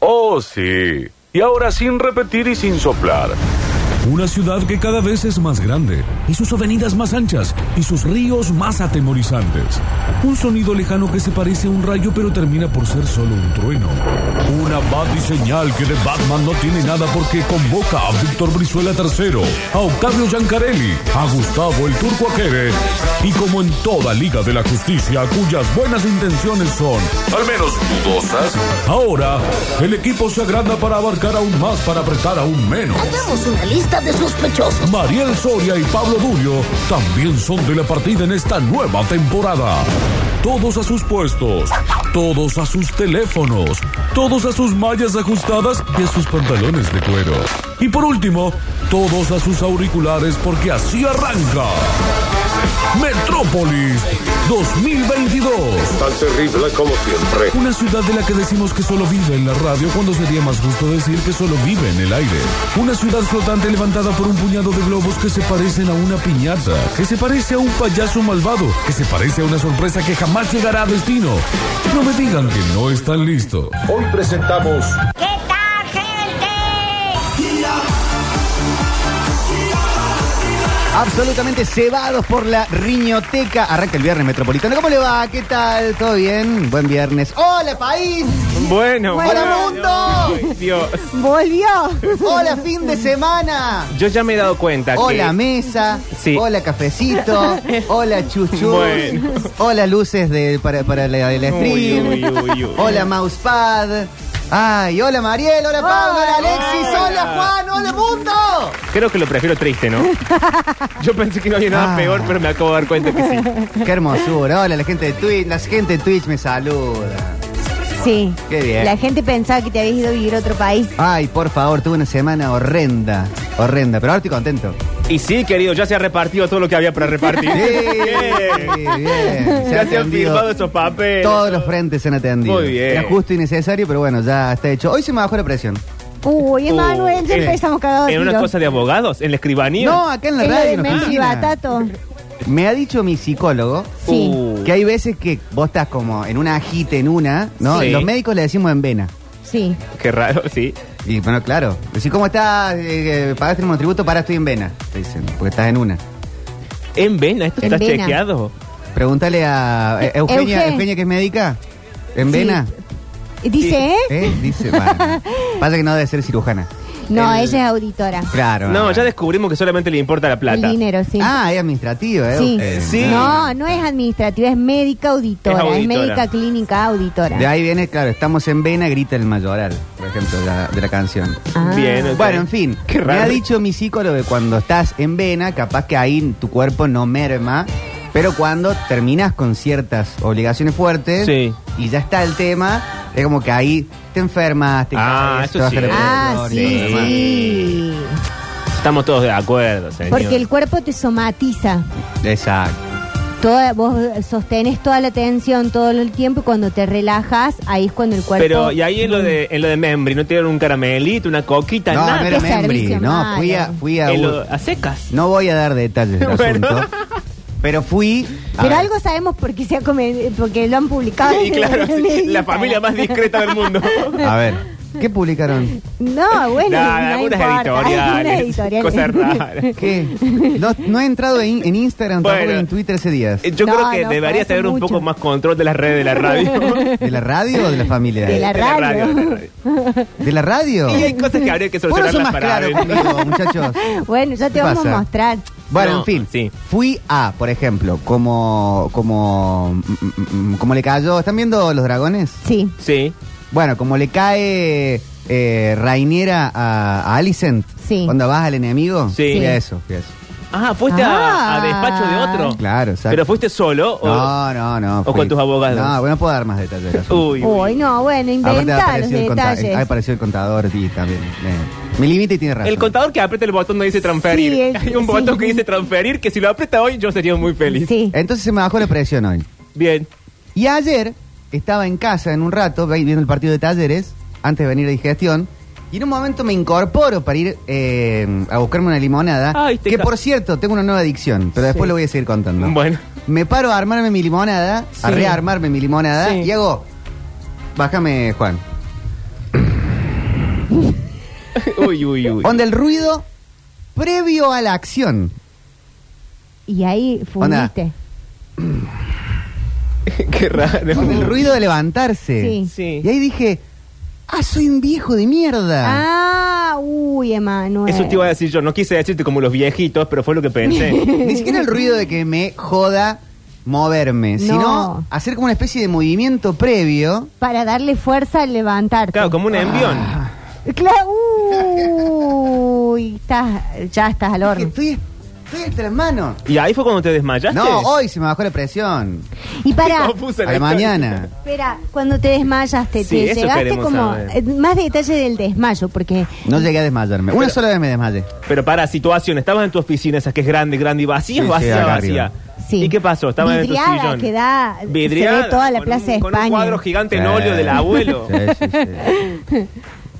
Oh, sí. Y ahora sin repetir y sin soplar. Una ciudad que cada vez es más grande, y sus avenidas más anchas, y sus ríos más atemorizantes. Un sonido lejano que se parece a un rayo pero termina por ser solo un trueno. Una batiseñal que de Batman no tiene nada porque convoca a Víctor Brizuela III, a Octavio Giancarelli, a Gustavo el Turco Aquere, y como en toda Liga de la Justicia cuyas buenas intenciones son, Al menos dudosas. ahora el equipo se agranda para abarcar aún más para apretar aún menos. Hagamos una lista de sospechosos. Mariel Soria y Pablo Durio también son de la partida en esta nueva temporada. Todos a sus puestos, todos a sus teléfonos, todos a sus mallas ajustadas y a sus pantalones de cuero. Y por último, todos a sus auriculares porque así arranca. Metrópolis 2022. Tan terrible como siempre. Una ciudad de la que decimos que solo vive en la radio cuando sería más justo decir que solo vive en el aire. Una ciudad flotante levantada por un puñado de globos que se parecen a una piñata, que se parece a un payaso malvado, que se parece a una sorpresa que jamás llegará a destino. No me digan que no están listos. Hoy presentamos ¿Qué tal, gente? Absolutamente cebados por la riñoteca. Arranca el viernes metropolitano. ¿Cómo le va? ¿Qué tal? ¿Todo bien? Buen viernes. ¡Hola, país! Bueno, ¡Hola, mundo! Ay, Dios. Volvió. ¡Hola, fin de semana! Yo ya me he dado cuenta. que- Hola, mesa. Sí. Hola, cafecito. Hola, chuchu. Bueno. Hola, luces de, para, para la, el stream. uy, uy, uy. Hola, mousepad. Ay, hola, Mariel. Hola, Pablo. Hola, Alexis. Hola. Hola, Juan. Hola, mundo. Creo que lo prefiero triste, ¿no? Yo pensé que no había nada Ah. peor, pero me acabo de dar cuenta que sí. Qué hermosura. Hola, la gente de Twitch. La gente de Twitch me saluda. Sí. Qué bien. La gente pensaba que te habías ido a vivir a otro país. Ay, por favor, tuve una semana horrenda, horrenda, pero ahora estoy contento. Y sí, querido, ya se ha repartido todo lo que había para repartir. Sí, Bien. bien. Ya se han atendido- firmado esos papeles. Todos los frentes se han atendido. Muy bien. Era justo y necesario, pero bueno, ya está hecho. Hoy se me bajó la presión. Uy, Emanuel, ya Eh, empezamos cagados. ¿En una cosa de abogados? ¿En la escribanía? No, acá en la Es lo radio. de en la Messi oficina. Batato. Me ha dicho mi psicólogo Sí. Uh. que hay veces que vos estás como en una agita, en una, ¿no? Sí. Los médicos le decimos en vena. Sí. Qué raro, sí. Y bueno, claro. Decís, ¿cómo estás? Eh, eh, ¿Pagaste el monotributo? Para, estoy en vena. Te dicen, porque estás en una. En vena, esto En está vena. chequeado. Pregúntale a eh, Eugenia, Euge. Eugenia que es médica. ¿En E-, Sí. vena? Y Dice, ¿eh? ¿Eh? Dice, bueno. Pasa que no debe ser cirujana. No, El- ella es auditora. Claro. No, ah. ya descubrimos que solamente le importa la El plata. dinero, sí. Ah, es administrativa, ¿eh? Sí. Euge. Sí. No, no es administrativa, es médica auditora, Es es, auditora. médica clínica auditora. De ahí viene, claro, estamos en vena, grita el mayoral, por ejemplo, de la, de la canción. Ah. Bien, ok. Bueno, en fin, Qué me raro. ha dicho mi psicólogo que cuando estás en vena, capaz que ahí tu cuerpo no merma, pero cuando terminas con ciertas obligaciones fuertes Sí. y ya está el tema, es como que ahí te enfermas, te Ah, caes, eso te baja sí. la Ah, presión y todo sí, lo demás. sí. Estamos todos de acuerdo, señor. Porque el cuerpo te somatiza. Exacto. Toda, vos sostenés toda la tensión todo el tiempo y cuando te relajas, ahí es cuando el cuerpo. Pero, y ahí en lo de, en lo de Membri, ¿no tienen un caramelito, una coquita, No, nada? no era Qué Membri, servicio no, fui a, malo. fui a En un- lo- a secas. No voy a dar detalles del Bueno. asunto, pero fui... a Pero ver. algo sabemos porque, se ha comen- porque lo han publicado. Y claro, en el sí, la Instagram. familia más discreta del mundo. A ver, ¿qué publicaron? No, bueno, Nada, no algunas importa, algunas editoriales, editoriales. cosas raras. ¿Qué? No, no he entrado en, en Instagram, tampoco Bueno. en Twitter ese día. Eh, Yo No, creo que no, debería parece tener un poco mucho. más control de las redes de la radio. ¿De la radio o de la familia? De la De la radio, de la radio. radio. ¿De la radio? Y hay cosas que habría que Vos no sos más solucionarlas para claro ver. conmigo, muchachos. Bueno, ya te ¿Qué vamos pasa? a mostrar. Bueno, No, en fin, sí. fui a, por ejemplo, como, como, mm, mm, como le cayó, ¿están viendo los dragones? Sí. Sí. Bueno, como le cae eh, Rainiera a, a Alicent, Sí. cuando vas al enemigo, Sí. fui a eso, fui a eso. Ah, fuiste a- Ah. a, despacho de otro. Claro, exacto. Pero fuiste solo o. No, no, no. o con tus abogados. Uh. No, bueno, no puedo dar más detalles. del asunto. Uy, uy. Uy, no, Ah, bueno, Aparte inventá los apareció el, conta- detalles. ha aparecido el contador y también. eh, me limita y tiene razón. El contador que aprieta el botón no dice transferir. Sí, el- Hay un sí. botón que dice transferir que si lo aprieta hoy yo sería muy feliz. Sí. Entonces se me bajó la presión hoy. Bien. Y ayer estaba en casa en un rato ve- viendo el partido de talleres, antes de venir a digestión. Y en un momento me incorporo para ir eh, a buscarme una limonada. Ay, te que ca- por cierto, tengo una nueva adicción, pero después lo voy a seguir contando. Bueno. Me paro a armarme mi limonada, a Sí. rearmarme mi limonada Sí. y hago. Bájame, Juan. uy, uy, uy. Onda el ruido previo a la acción. Y ahí fundiste. Qué raro. Onda el ruido de levantarse. Sí. Sí. Y ahí dije, ah, soy un viejo de mierda. Ah, uy, Emanuel. Eso te iba a decir yo. No quise decirte como los viejitos, pero fue lo que pensé. Ni siquiera el ruido de que me joda moverme, sino hacer como una especie de movimiento previo. Para darle fuerza al levantarte. Claro, como un envión. Ah. Claro, uy, estás, ya estás al Que horno. estoy, estoy hasta las manos. Y ahí fue cuando te desmayaste. No, hoy se me bajó la presión. Y para, Confusa A la la historia. mañana. espera, cuando te desmayaste, Sí, te eso llegaste queremos como saber. eh, más detalle del desmayo, porque No llegué a desmayarme. Una Pero- sola vez me desmayé. Pero para situación, estabas en tu oficina, esa que es grande, grande y vacía, Sí, sí, vacía, acá vacía. arriba. Sí. ¿Y qué pasó? Estabas en tu Vidriada, sillón. que da- se ve toda la con Plaza un- de Con un España. cuadro gigante en Sí. óleo del abuelo. Sí, sí, sí.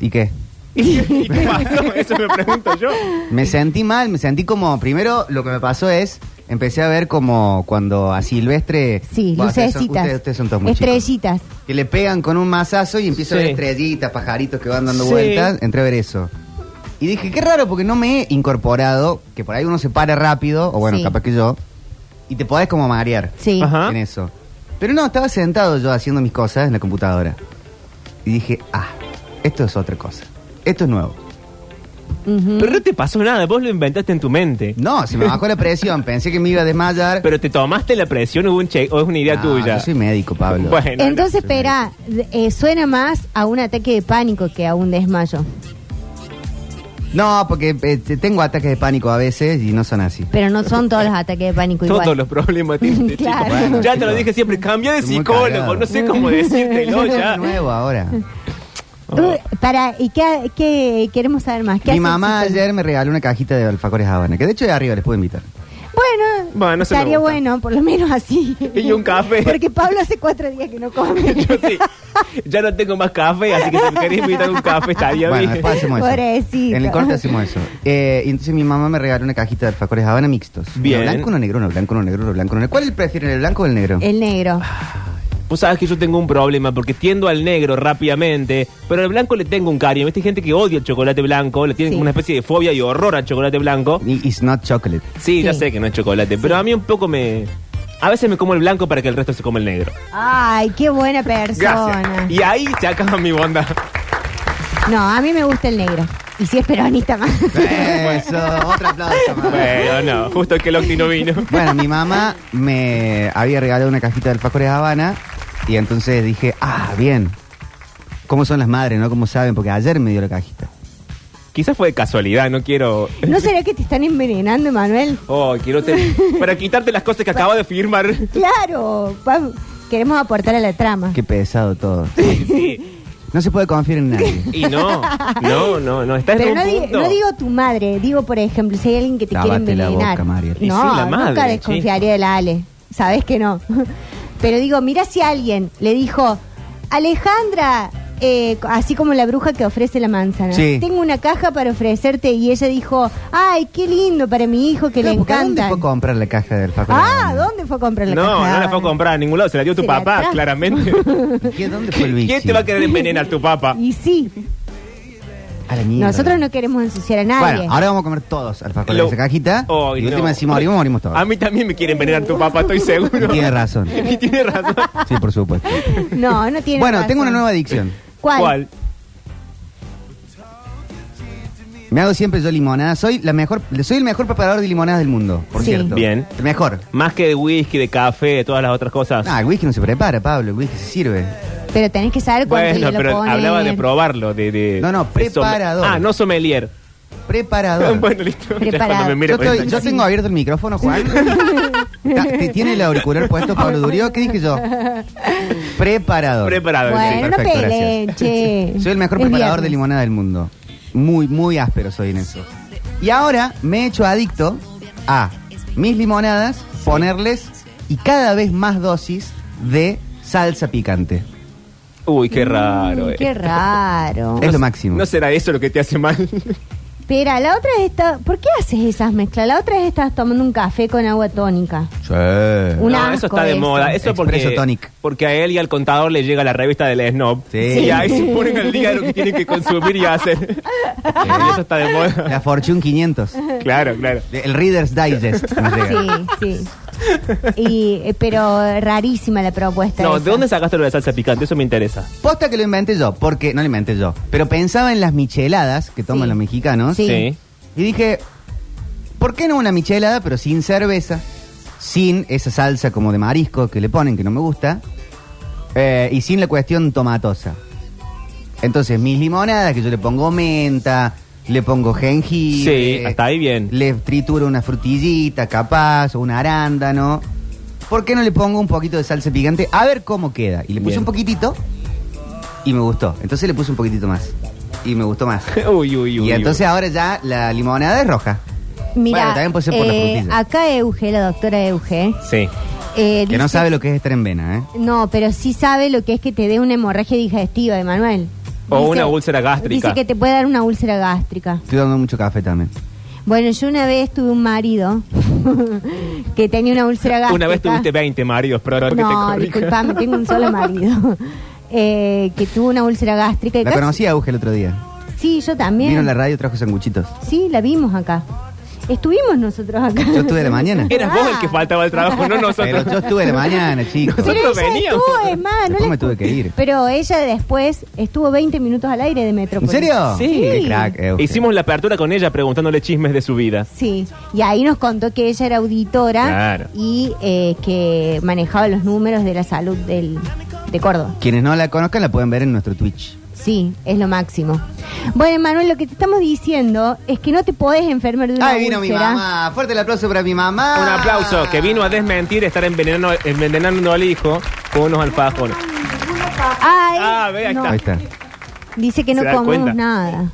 ¿Y qué? ¿Y qué pasó? Eso me pregunto yo. Me sentí mal, me sentí como. Primero, lo que me pasó es. Empecé a ver como cuando a Silvestre. sí, Bueno, ustedes son- lucecitas, Ustedes, ustedes son todos muy chicos. estrellitas. Que le pegan con un mazazo y empiezan a ver Sí. estrellitas, pajaritos que van dando Sí. vueltas. Entré a ver eso. Y dije, qué raro, porque no me he incorporado. Que por ahí uno se para rápido, o bueno, Sí. capaz que yo. Y te podés como marear. Sí. Ajá. en eso. Pero no, estaba sentado yo haciendo mis cosas en la computadora. Y dije, ah, esto es otra cosa. Esto es nuevo. Ujú. Pero no te pasó nada, vos lo inventaste en tu mente. No, se me bajó la presión, pensé que me iba a desmayar. Pero te tomaste la presión, hubo un check, o es una idea No, tuya. Ah, Yo soy médico, Pablo. Bueno, Entonces, espera, eh, suena más a un ataque de pánico que a un desmayo. No, porque eh, te- tengo ataques de pánico a veces y no son así. Pero no son todos los ataques de pánico Todos igual. los problemas tiene este pues Claro. chico. Bueno, ya te lo chicos. dije siempre, cambia de Estoy muy psicólogo, cargado. no sé cómo decírtelo Es ya. nuevo ahora. Uh, para, ¿y qué, qué queremos saber más? ¿Qué Mi hace mamá el psicólogo? ayer me regaló una cajita de alfacores Habana, que de hecho de arriba les puedo invitar. Bueno, Bueno, eso me estaría gusta. bueno, por lo menos así. Y un café. Porque Pablo hace cuatro días que no come. Yo sí, ya no tengo más café, así que si me querés invitar un café estaría Bueno, bien. después hacemos eso. Pobrecito. En el corte hacemos eso. Eh, y entonces mi mamá me regaló una cajita de alfacores Habana mixtos. Bien. Uno blanco, uno negro, uno blanco, uno negro, uno blanco, uno negro. ¿Cuál prefieren, el blanco o el negro? El negro. Vos sabés que yo tengo un problema porque tiendo al negro rápidamente, pero al blanco le tengo un cariño. ¿Viste? Hay gente que odia el chocolate blanco, le tienen Sí. una especie de fobia y horror al chocolate blanco. Y- It's not chocolate. Sí, ya Sí. sé que no es chocolate, pero a mí un poco me. A veces me como el blanco para que el resto se coma el negro. Ay, qué buena persona. Y ahí se acaba mi bondad. No, a mí me gusta el negro. Y si es peronista más. Eso, otro aplauso, mamá. Bueno, no, justo que el Octi no vino. Bueno, mi mamá me había regalado una cajita de alfajores Habana y entonces dije, ah, bien. ¿Cómo son las madres, no? ¿Cómo saben? Porque ayer me dio la cajita. Quizás fue de casualidad, no quiero. ¿No será que te están envenenando, Manuel? Oh, quiero. te- Para quitarte las cosas que acabo de firmar. Claro. pa- Queremos aportar a la trama. Qué pesado todo. Sí. No se puede confiar en nadie. Y no, no, no, no. Está en Pero un no, di- punto. no digo tu madre, digo por ejemplo, si hay alguien que te Lávate quiere la boca, envenenar. Mariel. Y no, sí, la nunca madre, desconfiaría de la Ale. Sabes que no. Pero digo, mira si alguien le dijo, Alejandra, eh, así como la bruja que ofrece la manzana, Sí. tengo una caja para ofrecerte y ella dijo, ay, qué lindo para mi hijo que le Claro, porque ¿a ¿Dónde encanta. fue a comprar la caja de alfajores Ah, Habana? ¿dónde fue a comprar la caja? No, de no la Habana? fue a comprar a ningún lado, se la dio tu Se la papá, trajo. claramente. ¿Qué- ¿Dónde fue el bicho? ¿Quién te va a querer envenenar tu papá? Y sí, A la mierda. nosotros no queremos ensuciar a nadie. Bueno, ah, ahora vamos a comer todos alfajores Lo- de esa cajita. Ay, y última, no. si morimos, morimos todos. A mí también me quiere envenenar tu papá, estoy seguro. Tiene razón. Y tiene razón. Sí, por supuesto. No, no tiene Bueno, razón. tengo una nueva adicción. ¿Cuál? Me hago siempre yo limonada. Soy la mejor, soy el mejor preparador de limonadas del mundo, por Sí. cierto. Bien. El mejor. Más que de whisky, de café, de todas las otras cosas. Ah, el whisky no se prepara, Pablo. El whisky se sirve. Pero tenés que saber cuánto bueno, hielo pero poner. hablaba de probarlo, de... de- No, no, de som- preparador. Ah, no sommelier. Preparador. Bueno, listo. Ya Preparado. cuando me mire, yo pues, estoy- yo tengo abierto el micrófono, Juan. Ta- ¿Te tiene el auricular puesto, Pablo Durió? ¿Qué dije yo? Preparador. Preparado. sí. Bueno, no perfecto, gracias. peleen, che. Soy el mejor Es preparador de viernes. limonada del mundo. Muy, muy áspero soy en eso. Y ahora me he hecho adicto a mis limonadas, ponerles y cada vez más dosis de salsa picante. Uy, qué raro. Mm, eh. Qué raro. Es lo máximo. ¿No será eso lo que te hace mal? Espera, la otra es esta. ¿Por qué haces esas mezclas? La otra es estás tomando un café con agua tónica. Sí. Un No, asco eso está de eso. moda. Eso porque, Expreso Tonic. porque a él y al contador le llega la revista del Snob. Sí. Y ahí se ponen al día de lo que tienen que consumir y hacen. Eso está de moda. La Fortune 500. Claro, claro. De- El Reader's Digest. nos llega. Sí, sí. Y, eh, pero rarísima la propuesta. No, esa. ¿de dónde sacaste lo de la salsa picante? Eso me interesa. Posta que lo inventé yo, porque no lo inventé yo, pero pensaba en las micheladas que toman Sí. los mexicanos Sí. y dije, ¿por qué no una michelada pero sin cerveza, sin esa salsa como de marisco que le ponen que no me gusta eh, y sin la cuestión tomatosa? Entonces mis limonadas que yo le pongo menta, le pongo jengibre, Sí, hasta ahí bien. le trituro una frutillita, capaz, o un arándano. ¿Por qué no le pongo un poquito de salsa picante? A ver cómo queda. Y le puse Bien. un poquitito y me gustó. Entonces le puse un poquitito más. Y me gustó más. Uy, uy, uy. y entonces ahora ya la limonada es roja. Mirá, Bueno, también puede ser por la eh, frutilla. acá Euge, la doctora Euge, uy. Sí. eh, Que no dice- sabe lo que es estar en vena, ¿eh? No, pero sí sabe lo que es que te dé una hemorragia digestiva, Emanuel. O una úlcera gástrica. Dice que te puede dar una úlcera gástrica. Estoy dando mucho café también. Bueno, yo una vez tuve un marido que tenía una úlcera gástrica. Una vez tuviste 20 maridos, pero ahora que te No, corrija. disculpame, tengo un solo marido. Eh, que tuvo una úlcera Eh, gástrica. y La casi- conocí a Auge el otro día. Sí, yo también. Vino a la radio, trajo sanguchitos. Sí, la vimos acá. Estuvimos nosotros acá. Yo estuve de la mañana. Eras vos el que faltaba al trabajo, no nosotros. Pero yo estuve de mañana, chicos. Pero Nosotros ella veníamos. estuvo, es más, no Después la me tuve escu- que ir. Pero ella después estuvo 20 minutos al aire de ¿En Metrópolis. serio? Sí. Qué crack, Euge. Hicimos la apertura con ella preguntándole chismes de su vida. Sí, y ahí nos contó que ella era auditora Claro. y eh, que manejaba los números de la salud del, de Córdoba. Quienes no la conozcan la pueden ver en nuestro Twitch. Sí, es lo máximo. Bueno, Manuel, lo que te estamos diciendo es que no te podés enfermar de una Ahí vino mi úlcera. mamá. Fuerte el aplauso para mi mamá. Ah. Un aplauso, que vino a desmentir estar envenenando, envenenando al hijo con unos alfajores. Ay, Ah, ve, ahí no. Ahí está. Dice que no ¿Se da comemos cuenta? nada.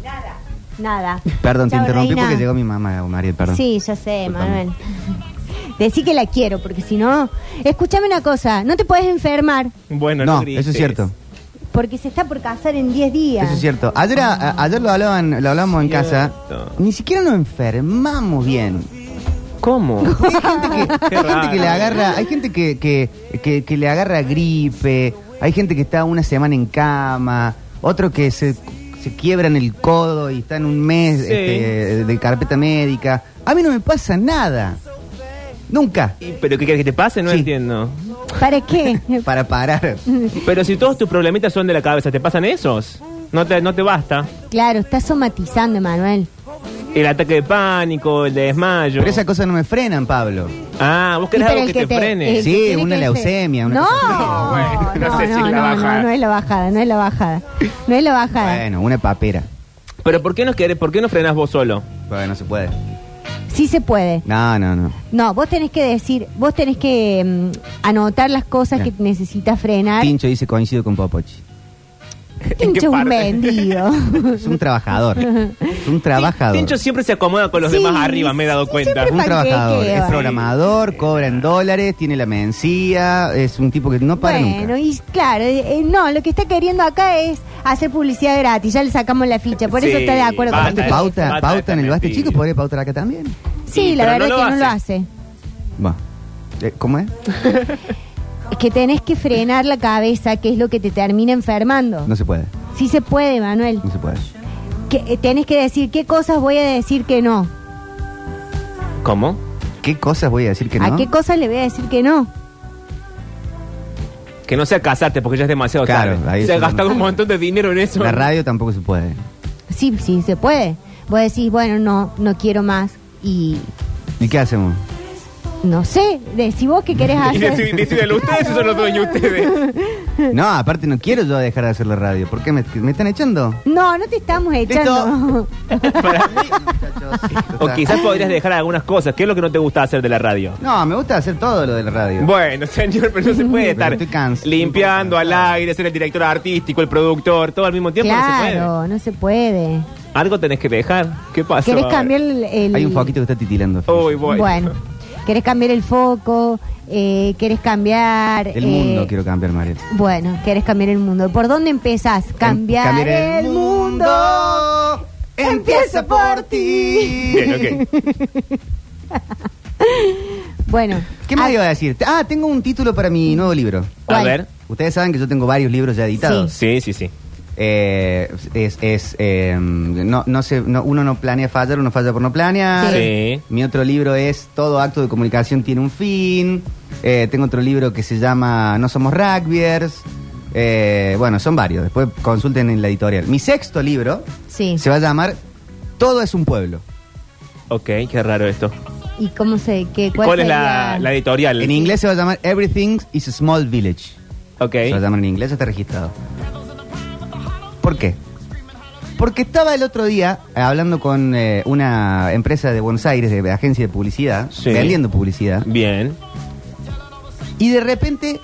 Nada. Perdón, te Chao, interrumpí reina. porque llegó mi mamá, María, perdón. Sí, ya sé, Disculpame. Manuel. Decí que la quiero, porque si no... Escúchame una cosa, no te puedes enfermar, Bueno, No, grites. eso es cierto. porque se está por casar en 10 días. Eso es cierto. Ayer, a- a- ayer lo, hablaban, lo hablamos en casa. Cierto. Ni siquiera nos enfermamos bien. ¿Cómo? Hay gente que, hay Qué gente raro. que le agarra, hay gente que, que, que- que le agarra gripe, hay gente que está una semana en cama, otro que se, se quiebra en el codo y está en un mes Sí. este, de carpeta médica. A mí no me pasa nada. Nunca. Y- ¿Pero qué quieres que te pase? No Sí. entiendo. ¿Para qué? Para parar. Pero si todos tus problemitas son de la cabeza, ¿te pasan esos? No te, no te basta. claro, está somatizando, Manuel. El ataque de pánico, el de desmayo. Pero esas cosas no me frenan, Pablo. Ah, vos querés Y pero algo el que, te, frene. el Sí, que tiene una que ser- leucemia, una no, cosa así. no, Bueno, no no, sé si es no, la bajada. no, no es la bajada, no es la bajada. No es la bajada. Bueno, una papera. Pero ¿por qué no querés, por qué no frenás vos solo? Bueno, no se puede. Sí se puede. No, no, no. No, vos tenés que decir, vos tenés que mm, anotar las cosas que Bien. necesitas frenar. Pincho dice coincido con Popochi. ¿En qué Tincho es un parte? vendido. Es un trabajador. Es un trabajador. Tincho siempre se acomoda con los Sí, demás arriba, me he dado sí, cuenta. Es un Panquequeo. trabajador, es Sí. programador, cobra en dólares, tiene la mencía, es un tipo que no para bueno, nunca. y claro, eh, eh, no, lo que está queriendo acá es hacer publicidad gratis. Ya le sacamos la ficha, por eso Sí, está de acuerdo basta con Aparte de- usted. pauta, basta de pauta esta en el baste mentira. chico, podría pautar acá también. Sí, la pero verdad no que lo no lo hace. hace. Va. Eh, ¿Cómo es? Es que tenés que frenar la cabeza, que es lo que te termina enfermando. No se puede, Sí se puede, Manuel. no se puede. Que, eh, tenés que decir qué cosas voy a decir que no. ¿Cómo? ¿Qué cosas voy a decir que no? ¿A qué cosas le voy a decir que no? Que no sea casarte porque ya es demasiado Claro, tarde. ahí Se ha eso gastado no. un montón de dinero en eso. La radio tampoco se puede. Sí, sí, se puede. Vos decís, bueno, no, no quiero más. Y ¿Y qué hacemos? no sé, decí vos qué querés Y hacer. deciden ustedes, eso son los dueños ustedes. No, aparte no quiero yo dejar de hacer la radio. ¿Por qué me, me están echando? No, no te estamos echando. Para mí. O Muchachos, quizás podrías dejar algunas cosas. ¿Qué es lo que no te gusta hacer de la radio? No, me gusta hacer todo lo de la radio. Bueno, señor, pero no se puede estar estoy cansado. limpiando al aire, ser el director artístico, el productor, todo al mismo tiempo. No se claro, no se puede. puede. Algo tenés que dejar. ¿Qué pasa? ¿Querés cambiar el, el- Ah, Hay un foquito que está titilando. Uy, bueno. Bueno, querés cambiar el foco, eh, querés cambiar... El eh, mundo quiero cambiar, Mario. Bueno, querés cambiar el mundo. ¿Por dónde empezás? Cambiar, el, mundo. Empieza por ti. Bien, ok. Bueno, ¿Qué más iba a decir? Ah, tengo un título para mi nuevo libro. A ¿Cuál? ver. Ustedes saben que yo tengo varios libros ya editados. Sí, sí, sí. Eh, es, es eh, no, no sé, no- uno no planea fallar, uno falla por no planear. Sí. Sí. Mi otro libro es Todo acto de comunicación tiene un fin. Eh, tengo otro libro que se llama No somos rugbyers. Eh, bueno, son varios. Después consulten en la editorial. Mi sexto libro sí. se va a llamar Todo es un pueblo. Ok, qué raro esto. ¿Y cómo se.? Qué, ¿Cuál, es la, sería? la editorial? Pues En inglés se va a llamar Everything is a Small Village. Ok. Se lo llaman en inglés, está registrado. ¿Por qué? Porque estaba el otro día eh, hablando con eh, una empresa de Buenos Aires, de, de agencia de publicidad, Sí. vendiendo publicidad, Bien. y de repente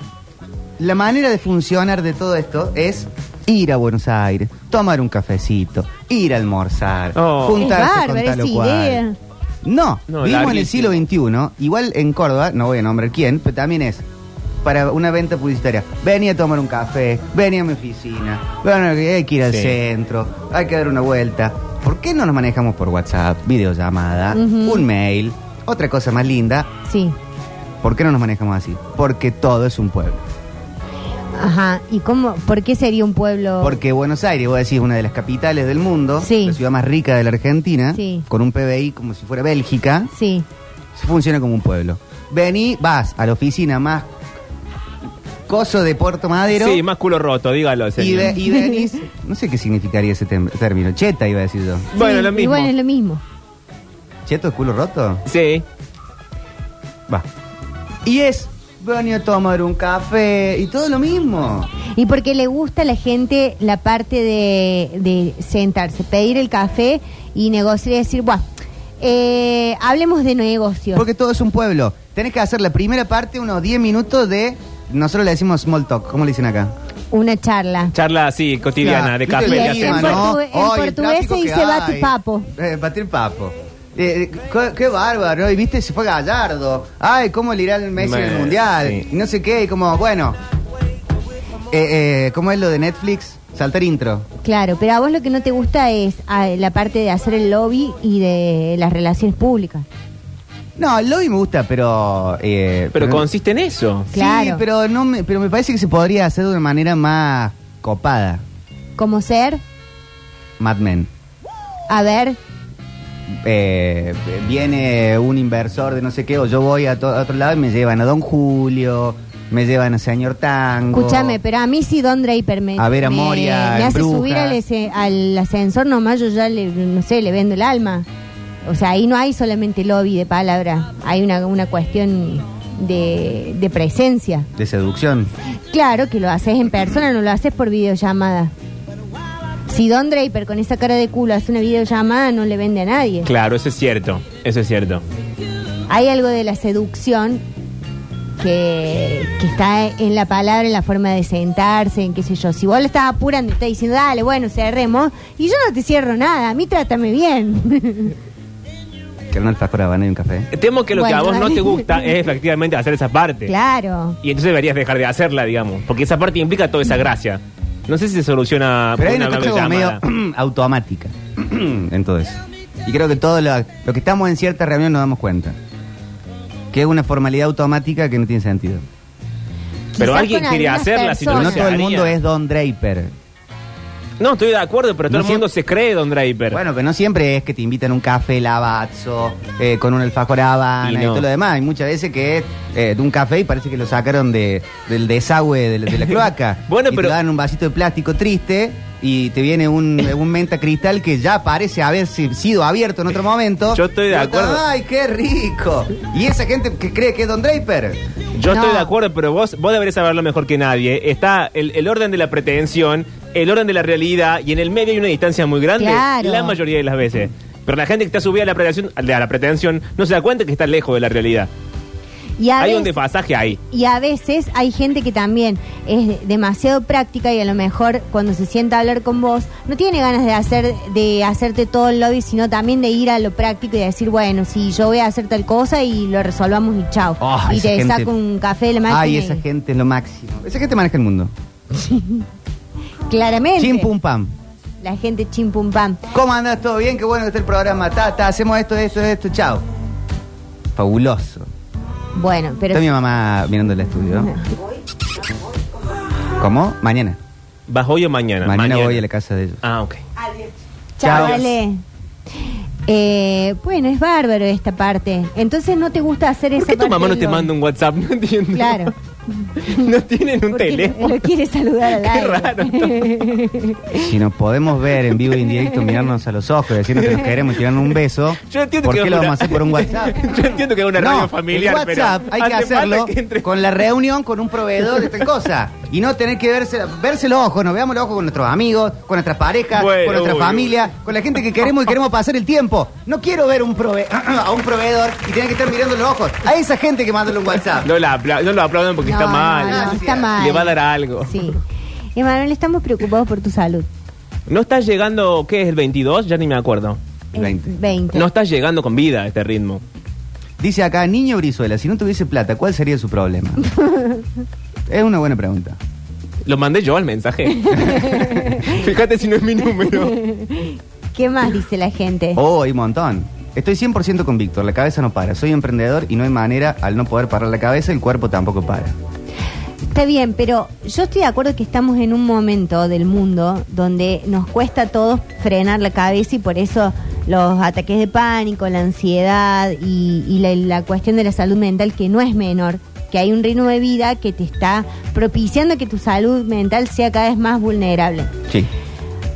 la manera de funcionar de todo esto es ir a Buenos Aires, tomar un cafecito, ir a almorzar, Oh. juntarse Es con bárbara tal o esa cual. idea. No, No, vivimos en el larguísimo. siglo XXI, igual en Córdoba, no voy a nombrar quién, pero también es para una venta publicitaria. Venía a tomar un café, venía a mi oficina, bueno, hay que ir al Sí. centro, hay que dar una vuelta. ¿Por qué no nos manejamos por WhatsApp, videollamada, Ujú. un mail? Otra cosa más linda, Sí. ¿por qué no nos manejamos así? Porque todo es un pueblo. Ajá. ¿Y cómo? ¿Por qué sería un pueblo.? Porque Buenos Aires, vos decís, es una de las capitales del mundo, Oh. Sí. la ciudad más rica de la Argentina, Sí. con un PBI como si fuera Bélgica. Sí. funciona como un pueblo. Vení, vas a la oficina más coso de Puerto Madero sí, más culo roto, dígalo. y, señor. ve- y venís. No sé qué significaría ese tem- término. Cheta iba a decir yo. Bueno, Sí, lo mismo. Igual es lo mismo. ¿Cheto es culo roto? Sí. Va. Y es. Vení a tomar un café y todo lo mismo. Y porque le gusta a la gente la parte de, de sentarse, pedir el café y negociar y decir, bueno, eh, hablemos de negocios. Porque todo es un pueblo. Tenés que hacer la primera parte, unos 10 minutos de. Nosotros le decimos small talk. ¿Cómo le dicen acá? Una charla. Charla así, Claro, cotidiana, de ¿viste café. el Y de ahí hacer- clima, en no? portugués- en Hoy, el portugués se tráfico que dice bate hay. papo. Eh, batir papo. Eh, qué, qué bárbaro, y viste, se fue Gallardo. Ay, cómo le irá el Messi en el Me- Mundial. sí. Y no sé qué, y como, bueno. Eh, eh, ¿Cómo es lo de Netflix? Saltar intro. Claro, pero a vos lo que no te gusta es ah, la parte de hacer el lobby y de las relaciones públicas. No, el lobby me gusta, pero... eh, Pero consiste en eso. Claro. Sí, pero, no me, pero me parece que se podría hacer de una manera más copada. Como ser, Mad Men. a ver, eh, viene un inversor de no sé qué, o yo voy a, to- a otro lado y me llevan a Don Julio, me llevan a Señor Tango. escúchame, pero a mí sí Don Draper me, A ver, a me- Moria, me en hace Brujas. subir al, ese- al ascensor nomás, yo ya le, no sé, le vendo el alma. O sea, ahí no hay solamente lobby de palabra, hay una, una cuestión de, de presencia. De seducción. Claro que lo haces en persona, no lo haces por videollamada. Si Don Draper con esa cara de culo hace una videollamada, no le vende a nadie. Claro, eso es cierto. Eso es cierto. Hay algo de la seducción que, que está en la palabra, en la forma de sentarse, en qué sé yo. Si vos lo estás apurando y estás diciendo, dale, bueno, cerremos, y yo no te cierro nada, a mí trátame bien. Que no alfajor habana y un café. Temo que lo que a Bueno, vos no dale. te gusta es efectivamente hacer esa parte. claro. Y entonces deberías dejar de hacerla, digamos. Porque esa parte implica toda esa gracia. No sé si se soluciona Pero hay por una cosa como medio Ah, llamada. automática en todo eso. Y creo que todo lo, lo que estamos en cierta reunión nos damos cuenta. Que es una formalidad automática que no tiene sentido. Pero Quizás alguien con quiere algunas hacerla, si no, Pero personas. no todo el haría. mundo es Don Draper. No, estoy de acuerdo, pero todo No el mundo se cree Don Draper. Bueno, pero no siempre es que te invitan a un café lavazzo, eh, con un alfajor habana Y y, no. todo lo demás. Hay muchas veces que es eh, de un café y parece que lo sacaron de, del desagüe de, la- de la cloaca. Bueno, y pero- Te dan un vasito de plástico triste y te viene un, un menta cristal que ya parece haber si- sido abierto en otro momento. Yo estoy de Pero está, acuerdo. ¡Ay, qué rico! Y esa gente que cree que es Don Draper. Yo No. estoy de acuerdo, pero vos, vos deberías saberlo mejor que nadie. Está el, el orden de la pretensión, el orden de la realidad, y en el medio hay una distancia muy grande Claro. la mayoría de las veces. Pero la gente que está subida a la pretensión, a la pretensión no se da cuenta que está lejos de la realidad. Y a hay un veces- desfasaje ahí. Y a veces hay gente que también es demasiado práctica y a lo mejor cuando se sienta a hablar con vos no tiene ganas de hacer de hacerte todo el lobby, sino también de ir a lo práctico y decir, bueno, si yo voy a hacer tal cosa y lo resolvamos y chao. Oh, Ah, y esa te gente- saco un café de la máquina. Ay, y- esa gente es lo máximo. Esa gente maneja el mundo. Claramente. Chim pum pam. La gente chim pum pam. ¿Cómo andas? ¿Todo bien? Qué bueno que está el programa. Ta, ta, hacemos esto, esto, esto. Chao. Fabuloso. Bueno, pero. Está mi mamá mirando el estudio. ¿no? ¿Cómo? Mañana. ¿Vas hoy o mañana? Mañana, voy a la casa de ellos. Ah, ok. Chao, Chao. Ale. Eh, bueno, es bárbaro esta parte. Entonces no te gusta hacer ¿Por esa qué tu parte mamá no del te don? manda un WhatsApp? No entiendo. Claro. No tienen un Porque teléfono. Lo, lo quiere saludar al Qué aire. raro. Si nos podemos ver en vivo y en directo, mirarnos a los ojos, decirnos que nos queremos, tirarnos un beso, Yo entiendo ¿por que qué es lo una- vamos a hacer por un WhatsApp? Yo entiendo que es una radio no, familiar, el WhatsApp pero hay que hace falta hacerlo que entre- con la reunión con un proveedor de esta cosa. Y no tener que verse, verse los ojos, nos veamos los ojos con nuestros amigos, con nuestras parejas, Bueno, con nuestra uy, familia, con la gente que queremos y queremos pasar el tiempo. No quiero ver un prove a un proveedor y tener que estar mirando los ojos. A esa gente que mándale un WhatsApp. No, la apla- no lo aplaudan porque No, está no, mal. no, está mal. Le va a dar algo. Sí. Emanuel, estamos preocupados por tu salud. No estás llegando, ¿qué es el 22? Ya ni me acuerdo. Es 20. 20. No estás llegando con vida a este ritmo. Dice acá, niño Brizuela, si no tuviese plata, ¿cuál sería su problema? es una buena pregunta. Lo mandé yo al mensaje. Fíjate si no es mi número. ¿Qué más dice la gente? Oh, hay un montón. Estoy 100% con Víctor, la cabeza no para. Soy emprendedor y no hay manera, al no poder parar la cabeza, el cuerpo tampoco para. Está bien, pero yo estoy de acuerdo que estamos en un momento del mundo donde nos cuesta a todos frenar la cabeza y por eso los ataques de pánico, la ansiedad y, y la, la cuestión de la salud mental que no es menor, que hay un ritmo de vida que te está propiciando que tu salud mental sea cada vez más vulnerable. Sí.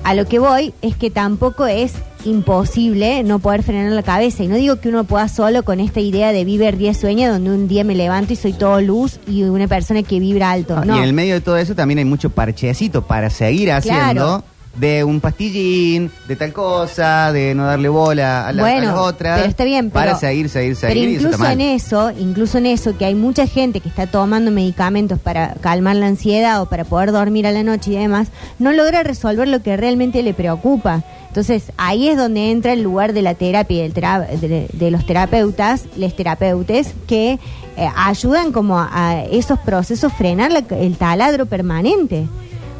A lo que voy es que tampoco es imposible no poder frenar la cabeza. Y no digo que uno pueda solo con esta idea de viver 10 sueña, donde un día me levanto y soy todo luz y una persona que vibra alto. No. Ah, Y en el medio de todo eso también hay mucho parchecito para seguir haciendo Claro. de un pastillín, de tal cosa, de no darle bola a, la- a bueno, las otras. pero está bien. para pero- seguir, seguir, seguir. Pero y eso está incluso mal. en eso, incluso en eso, que hay mucha gente que está tomando medicamentos para calmar la ansiedad o para poder dormir a la noche y demás, no logra resolver lo que realmente le preocupa. Entonces, ahí es donde entra el lugar de la terapia y del tera- de, de los terapeutas, les terapeutes, que eh, ayudan como a, a esos procesos, frenar la- el taladro permanente.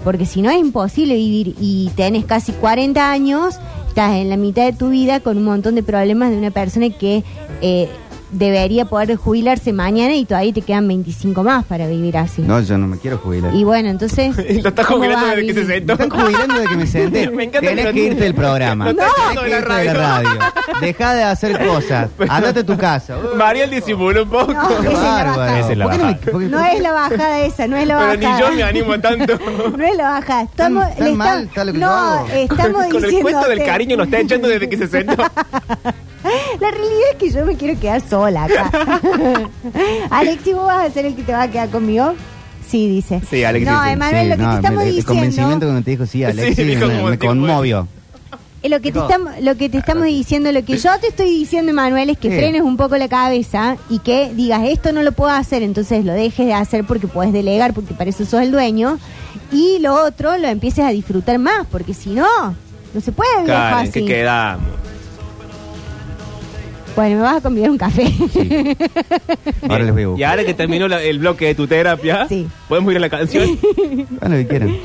Porque si no es imposible vivir y tenés casi 40 años, estás en la mitad de tu vida con un montón de problemas de una persona que eh, debería poder jubilarse mañana y todavía te quedan 25 más para vivir así. No, yo no me quiero jubilar. Y bueno, entonces... Lo estás ¿cómo jubilando vas a desde que se vivir? Me están jubilando de que me senté. Me encanta Tenés que lo- que irte del programa. Lo estás Tenés haciendo que de la irte de la radio. radio. Dejá de hacer cosas. Andate a tu casa. Uy, Mariel disimula un poco. No, qué esa es la bárbaro. bajada. Esa es la ¿Por qué no me- bajada. por qué- No es la bajada esa, no es la Pero bajada. ni yo me animo tanto. No es la bajada. Estamos, Tan- tan le está- mal está lo que yo hago. no, estamos Con el diciendo cuento del que- cariño nos está echando desde que se sentó. La realidad es que yo me quiero quedar sola acá. Alexi, ¿vos vas a ser el que te va a quedar conmigo? Sí, dice. Sí, Alexi, No, sí. Emanuel, lo Sí, que no, te estamos me- El convencimiento diciendo. cuando te dijo sí, Alexis, dijo me, como me tipo- conmovió. eh, Lo que, te No. estamos, lo que te estamos diciendo, lo que yo te estoy diciendo, Emanuel, es que Sí. frenes un poco la cabeza y que digas esto no lo puedo hacer, entonces lo dejes de hacer porque puedes delegar, porque para eso sos el dueño. Y lo otro lo empieces a disfrutar más, porque si no, no se puede vivir Karen, así. ¿qué quedamos? Bueno, me vas a convidar un café. Ahora les voy a Y buscar. ahora que terminó la- el bloque de tu terapia, Sí. podemos ir a la canción. Hagan lo que quieran.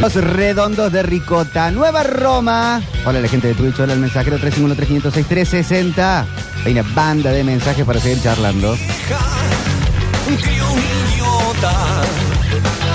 Los redondos de Ricota, Nueva Roma. Hola la gente de Twitch, hola el mensajero 351-306-360. Hay una banda de mensajes para seguir charlando. que un idiota